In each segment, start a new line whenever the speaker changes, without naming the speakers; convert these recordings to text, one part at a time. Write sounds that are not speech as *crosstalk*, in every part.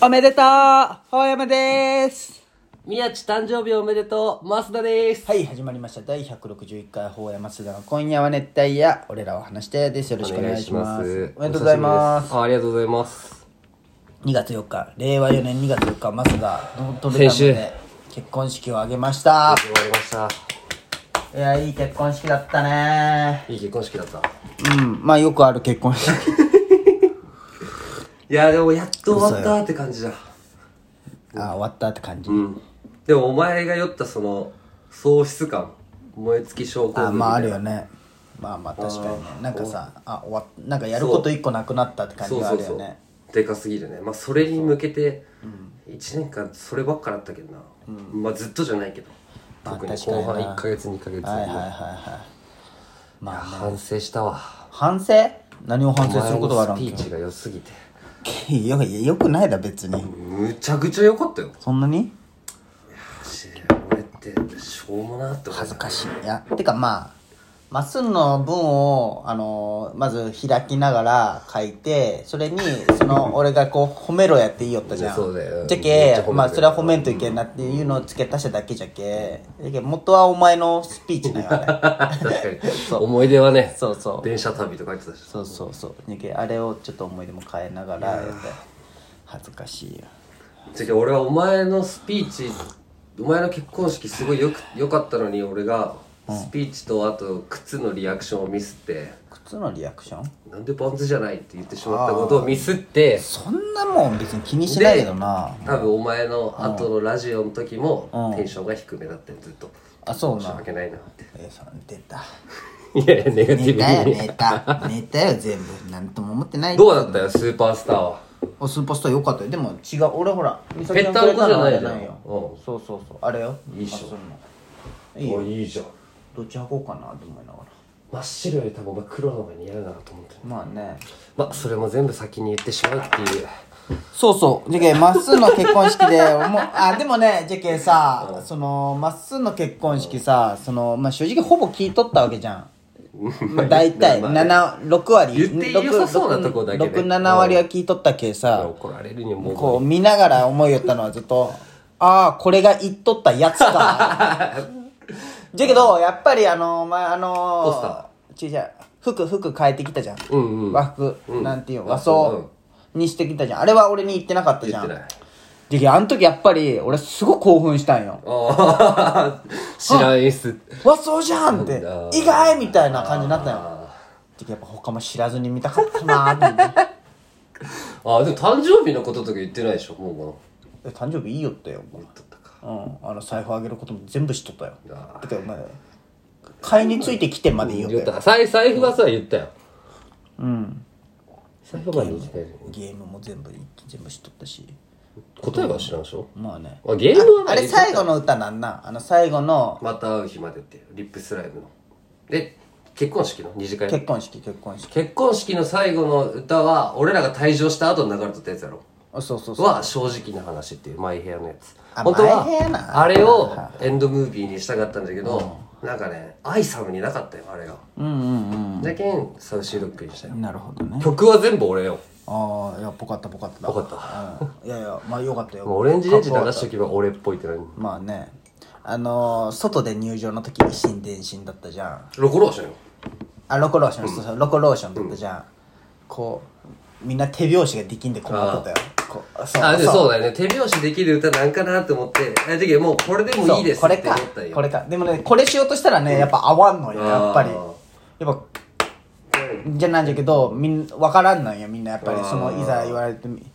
おめでとう大山です
宮地誕生日おめでとう増田です
はい、始まりました。第161回、法山須田の今夜は熱帯夜、俺らを話してです。よろしくお願いします。おめでとうございます。
あありがとうございます
2月4日、令和4年2月4日、マスダ、ノートベタム
先週
で結婚式を挙げました。
終わりました
いや、いい結婚式だったね。
いい結婚式だった
うん、まあよくある結婚式。
いやでもやっと終わったって感じだ
あ、終わったって感じ。
うんでもお前が酔ったその喪失感燃え尽き症候群
あ、まああるよね。まあまあ確かにね。なんかさ、あ、終わっなんかやること一個なくなったって感じ
そう
があ
そ
る
う
よね。
そうでかすぎるねまあそれに向けて1年間そればっかだったけどな、まあずっとじゃないけど
まあ
特に
確かに
後
な
半1ヶ月2ヶ月
はいはいはいはい。まあ
反省したわ
反省何を反省することがある
お
ん
前の
け
スピーチが良すぎて
いやいやよくないだ別に
むちゃくちゃ良かったよ
そんなに
俺ってしょうもなって思
恥ずかしいいやてかまあまっすんの文をあのまず開きながら書いてそれにそ *laughs* の俺がこう褒めろやって言いよったじゃん
そうだよ
じゃ
めっちゃ
け
褒めてる
まあそれは褒めんといけんなっていうのを付け足しただけじゃけじゃけ元はお前のスピーチなんよあれ
*laughs* 確かに思い出は
*laughs*
ね
そうそう
電車旅とか言ってたし
そうそうそうじゃけあれをちょっと思い出も変えながらやって恥ずかしいよ
じゃけ俺はお前のスピーチお前の結婚式すごいよく良かったのに俺がスピーチとあと靴のリアクションをミスって
靴のリアクション
なんでバンズじゃないって言ってしまったことをミスって
そんなもん別に気にしないけどな
多分お前の後のラジオの時も
うん
テンションが低めだったよずっと
あそう
申し
な
訳ないなって
えその出 *laughs* た
いやいやネガテ
ネ
ィブ
タよ
に
ネタネタよ全部なんとも思ってない
どうだったよスーパースターは
おスーパースターよかったよでも違う俺ほら美
ペッタンコじゃないじゃん
よそうそうそうあれよ
いいっしょ
あそうなのいいよ
いいじゃん
どっち履こうかなと思いながら
真っ白より多分お前黒の方が似合うなと思ってる
まあね
まあそれも全部先に言ってしまうっていう
そうそう。じゃけ、まっすーの結婚式
*laughs*
で、もう、あ、でもね、じゃけさ、その、まっすーの結婚式さ、その、まあ、正直ほぼ聞いとったわけじゃん。まあ、大体、
まあまあね
7、6割。
言って良さそうなとこだけね
6、7割は聞いとったけさ、
怒られるにも
こう見ながら思いよったのはずっと、ああ、これが言っとったやつか。
*laughs*
じゃけど、やっぱりあの、まあ、あ
ポスタ
の、ちゃ服、服変えてきたじゃん。
うんうん
和服、なんていうの和
うん
装にしてきたじゃん。あれは俺に言ってなかったじゃ
言
ん。
ってない
じゃけあの時やっぱり、俺すごい興奮したんよ。
ああ知らん演出
和装じゃんって
なん、だ
意外みたいな感じになったよ。
あ
じゃけやっぱ他も知らずに見たかったなーって *laughs* 思って。
あでも誕生日のこととか言ってないでしょもうも
え誕生日いいよってよ。
う言っとったか
うん、あの財布あげることも全部しとったよだ
あ
ってお前買いについてきてまで言う
言
よ
っ
った
た
よ
か財財布はさ言ったよ
うん
財布まで言ってない
ゲームも全部全部しとったし
答えは知らんでしょ
まあね
あゲームは
あ
ま
れ最後の歌なんなんあの最後の
また会う日までっていうリップスライムので結婚式の二次会の
結婚式結婚式
結婚式の最後の歌は俺らが退場した後に流れとったやつやろ
あそうそうそう
は正直な話っていうマイヘアのやつ
あ
本当
マイヘアな
はあれをエンドムービーにしたかったんだけど、なんかねアイサムになかったよあれが
うんうん
じゃけんサウシードッグにしたよ
うんなるほどね
曲は全部俺よ
ああいやぽかったぽかった
分かった
うんいやいやまあよかったよ
もうオレンジレンジ流しとけば俺っぽいってなに
まあねあのー、外で入場の時に心電心だったじゃん
ロコローションよ
あロコローション、そうそうロコローションだったじゃん、こうみんな手拍子ができんで困っとったよこうそ
あでそうだよね手拍子できる歌なんかなって思ってあじゃけんもうこれでもいいです
そうこ
っ
れ
て思
か
ったんよ
これかでもねこれしようとしたらねやっぱ合わんのよ
あー
やっぱりやっぱじゃなんじゃけどみん分からんのよみんなやっぱりそのいざ言われてみ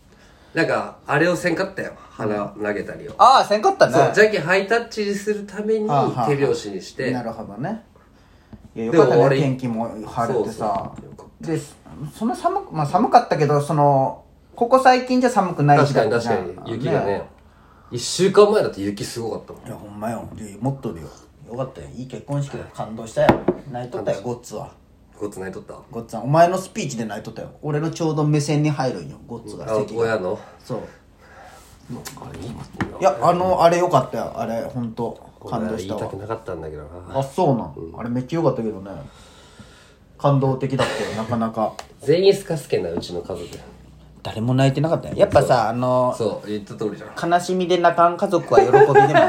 なんかあれをせんかったよ花投げたりを、
ああせんかった
そう
ね
じゃけんハイタッチするために手
あはは
拍子にして
なるほどねいやよ
でも
かったね
俺
天気も晴れてさ
そうそうよかっ
でその寒,、まあ、寒かったけどそのここ最近じゃ寒くない
確
し
かに確かに雪がね一週間前だって雪すごかったもん
いやほんまよで持っとるよよかったよいい結婚式で感動したよ泣いとったよゴッツは
ごつないとった
ゴッツはお前のスピーチで泣いとったよ俺のちょうど目線に入るんよゴッツが
あ
席が
親の
そう
あれいいこ
いやあのあれよかったよあれ本当
と
感動した
言いた
わ
くなかったんだけどな
あそうなん、あれめっちゃよかったけどね感動的だったよなかなか
全員スカスケなうちの家族
誰も泣いてなかったよやっぱさあの
そう言った通りじゃん
悲しみで泣かん家族は喜びでも泣かん、
*laughs*
ね、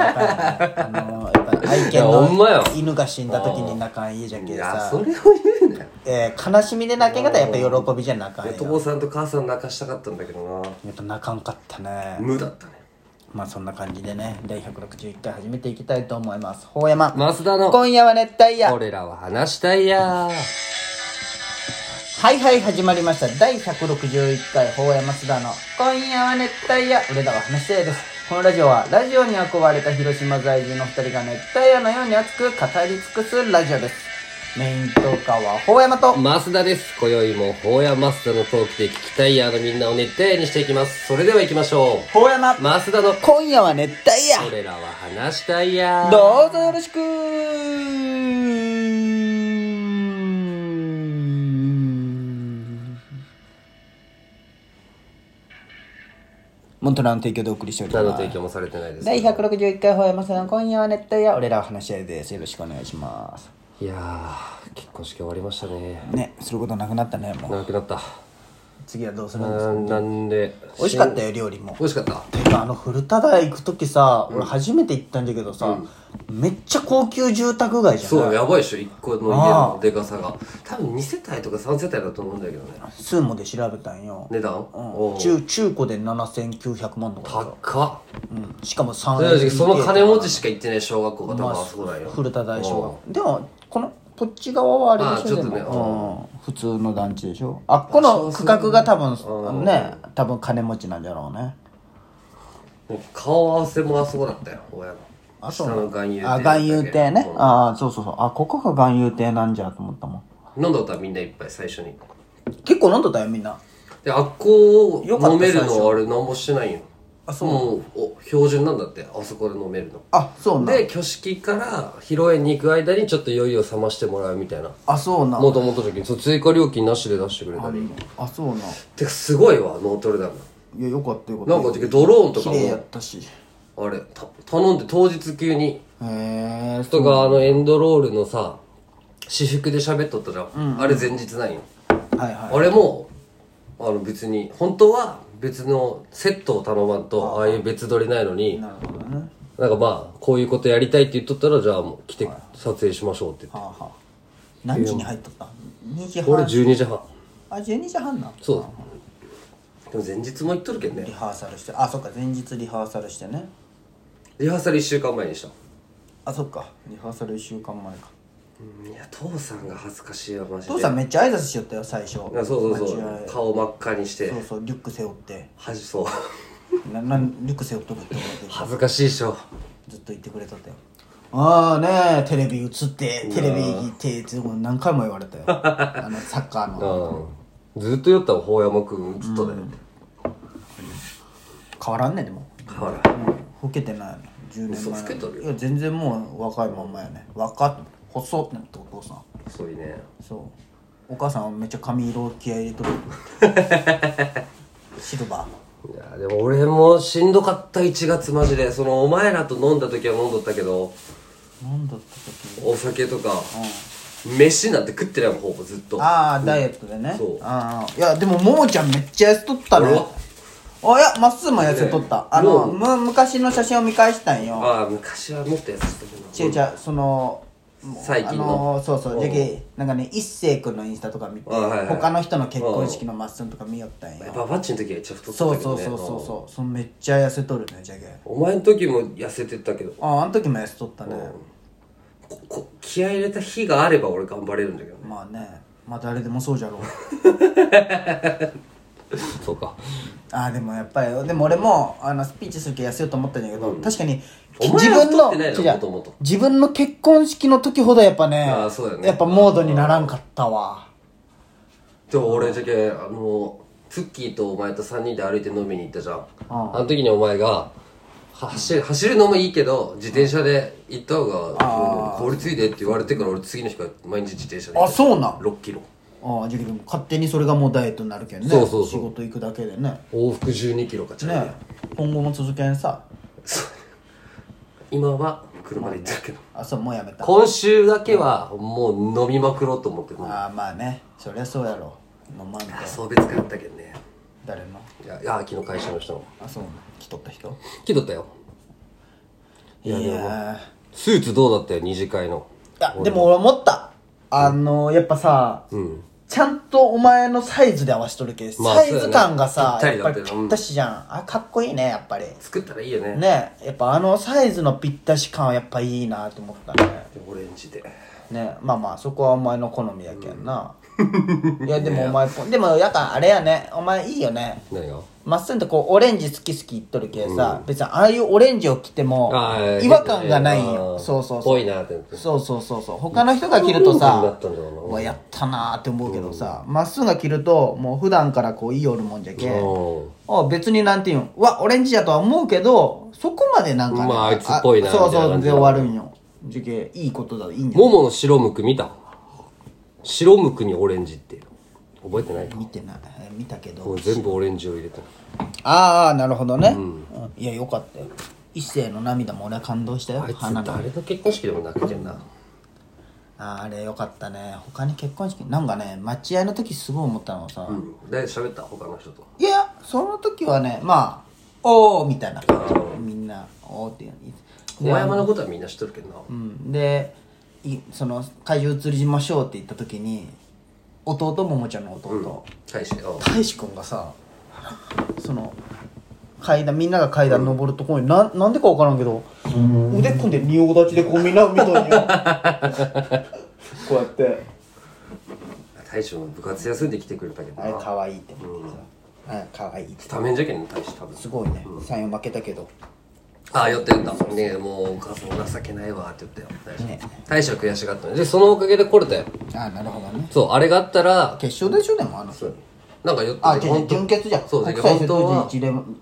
あのやっぱ愛犬
いやほんまよ
の犬が死んだ時に泣かん家じゃんけ
い
ど
や
さ
そ、れを言うなよ
えー悲しみで泣けんかったらやっぱ喜びじゃ泣かん
お
よ
父さんと母さん泣かしたかったんだけどな
やっぱ泣かんかったね
無だったね
まあそんな感じでね第161回始めていきたいと思いますほうやま
増田の
今夜は熱帯夜
俺らは話したいや
はいはい始まりました第161回ほうやますだの今夜は熱帯夜俺らは話し合いですこのラジオはラジオに憧れた広島在住の2人が熱帯夜のように熱く語り尽くすラジオですメイントーカーはほうやまと
増田です今宵もほうや増田のトークで聞きたいやのみんなを熱帯夜にしていきますそれでは行きましょう
ほうやま
増田の
今夜は熱帯夜
俺らは話したいや
どうぞよろしくモントナの提供でお送りしており
何の
ま
提
す
供もされてないです
第161回ほやまさん今夜は熱帯夜俺らは話し合いですよろしくお願いします
いやー結婚式終わりましたね
ねすることなくなったねもう
長くなった
次はどうす
う
るんですか
ーんなんで
美味しかったよ料理も
美味しかった
てかあの古田台行く時さ俺初めて行ったんだけどさめっちゃ高級住宅街じゃ
そ
な
う
い
やばいっしょ1個の家
あ
のでかさが多分2世帯とか3世帯だと思うんだけどね
スーモで調べたんよ
値段おう
中中古で7900万とか、
高っ
うん、しかも3
それよりその金持ちしか行ってない小学校が多分あそこだよ
古田大小
お
学
う
でもこのこっち側はあれでしょ
あちょっとね
でもうん、普通の団地でしょあっこの区画が多分ね多分金持ちなんだろうね
もう顔合わせもあそこだったよ親の
あそ
下
う
の含有
あ含有亭ね、
うん
ああそうそうそうあここが含有亭なんじゃと思ったもん
飲んだことはみんないっぱい最初に
結構飲んどったよみんな
であっこを
よかった
飲める
最
のあれ何もしてないよあそうもうお標準なんだってあそこで飲めるの
あそうな
で挙式から披露宴に行く間にちょっと酔いを覚ましてもらうみたいな
あそうな
もともと時にそう追加料金なしで出してくれたり
あそうな
てかすごいわノートルダム
いやよかったよかった
なんか時ドローンとか
綺麗やっ
も
たしへ
あれた頼んで当日急に
え
とかあのエンドロールのさ私服で喋っとったじゃん、あれ前日なんよ
はいはい
あれもあの別に本当は別のセットを頼まんとああいう別撮りないのに
なるほどね
なんかまあこういうことやりたいって言っとったらじゃあもう来て撮影しましょうって言って
はあはあ何時に入っとった2時
俺
半
12時半
あ12時半な
そうでも前日も行っとるけん
リ
ね
ハーサルしてあそっか前日リハーサルしてね
リハーサル1週間前にした
あそっかリハーサル1週間前か
うんいや父さんが恥ずかしいわマジで
父さんめっちゃ挨拶しよったよ最初
いやそうそう
待
そ
ち合
う
い
顔真っ赤にして
そうそうリュック背負って
恥じそう
ななんリュック背負っとくってことで
恥ずかしいっしょ
ずっと言ってくれとったよああねテレビ映ってテレビ行ってって何回も言われたよあのサッカーの
うんずっと酔ったわ法山君ずっとだよ
変わらんねでも
変わらん
老けてないの10年
嘘
前
老けとるよ
いや全然もう若いまんまやね若っ細ってなったお父さん
細いね
そうお母さんはめっちゃ髪色気合い入れと
*laughs*
るシルバ
いやでも俺もしんどかった1月マジでそのお前らと飲んだ時は飲んどったけど
ー飲んだった時
お酒とか、飯なんて食ってないもんほぼずっと
ああダイエットでね
そう
ああいやでもももちゃんめっちゃ痩せとったね
俺は
あいやまっすーも痩せとったあのむ昔の写真を見返したんよ
ああ昔はもっと痩せてたけ
ちえちゃんそのもう
最近の
あのそうそうじゃけなんかね一星君のインスタとか見て
あはいはい
他の人の結婚式のまっすーとか見よったん
ど
よ
ババッチの時は一応太ってた
そ
けど、
う
ね、
そうそうそうそうそのめっちゃ痩せとるねじゃけ
お前の時も痩せてたけど
ああの時も痩せとったね
ここ気合い入れた日があれば俺頑張れるんだけどね
まあねまあ誰でもそうじゃろう *laughs*
そうか
ああでもやっぱりでも俺もあのスピーチするけ痩せようと思ったんだけど、確かに
お前は太ってないだろもともと
自分の結婚式の時ほどやっぱね
あーそうだよね
やっぱモードにならんかったわ
でも俺じゃけあのツッキーとお前と3人で歩いて飲みに行ったじゃんあ
ん
の時にお前がは走る走るのもいいけど自転車で行った方が効率いいでって言われてから俺次の日から毎日自転車で
あそうなん
6キロ
ああじゃけど勝手にそれがもうダイエットになるけんね
そうそうそう
仕事行くだけでね
往復12キロかちゃう
ね今後も続けんさ
*laughs* 今は車で行ってるけど
あそうもうやめた
今週だけはもう飲みまくろうと思って飲んだ
ああまあねそりゃそうやろ飲まんと
送別会あったけどね
誰の
いやいや昨日会社の人の
あそうなの来とった人
来とったよ
いやー
スーツどうだったよ二次会の
いやでも俺思ったあのやっぱさ、
うん
ちゃんとお前のサイズで合わしとるけ、
まあ
サイズ感がさ、
そうや
や
ね
っぱり
ぴ
ぴっ
っ
た
りだったようん
たしじゃんあかっこいいねやっぱり
作ったらいいよね
ねやっぱあのサイズのぴったし感はやっぱいいなと思ったね
でオレンジで
ねまあまあそこはお前の好みやけんな、いやでもお前ぽでもやっぱあれやねお前いいよね
何が
まっすんとこうオレンジ好き好き言っとるけさ、別にああいうオレンジを着ても違和感がないんよそうそうそ
ぽ
う
いなって
そうそうそうそう他の人が着るとさ
うんだったんだろうな
うわやったなーって思うけどさまっすぐが着るともう普段からこういいおるもんじゃけ
うん
あ別になんていうんうわオレンジやとは思うけどそこまでなんかね
まああいつっぽいなみたい
そ
な
うそう
感じ
で
だ
終わるんよじゃけいいことだいいんじゃない
ももの白むく見た白むくにオレンジって覚えてない
見てないえ見たけど
もう全部オレンジを入れた
あーあーなるほどね、うんいやよかったよ一世の涙も俺は感動したよ
あいつ
花の
誰の結婚式でも泣けてんな
あーあれよかったね他に結婚式なんかね待合の時すごい思ったのがさ、
うんで喋った他の人と
いやその時はねまあおおみたいなみんなおおっていう
小山のことはみんな知っとるけどな
うん、でいその会場移りましょうって言った時に弟ももちゃんの弟、
大してうん
大志くんがさその階段みんなが階段登るところに、ななんでか分からんけど腕組んで仁王立ちでこうみんな見とんよこうやって
大将も部活休んで来てくれたけど
あれ
な
可愛いって思ってさ、あれ可愛いって
スタメンじゃけんの大将多分
すごいね34負けたけど
ああ寄ってんだねえもうお母さん情けないわって言ったよ
ね
大将大将悔しがったのでそのおかげで来れたよ
ああなるほどね
そうあれがあったら
決勝でしょでもあの人
なんか寄って
あ
て
違う
本当
準決じゃん
そうだ
国際瀬
けど本当
戸
は
内一連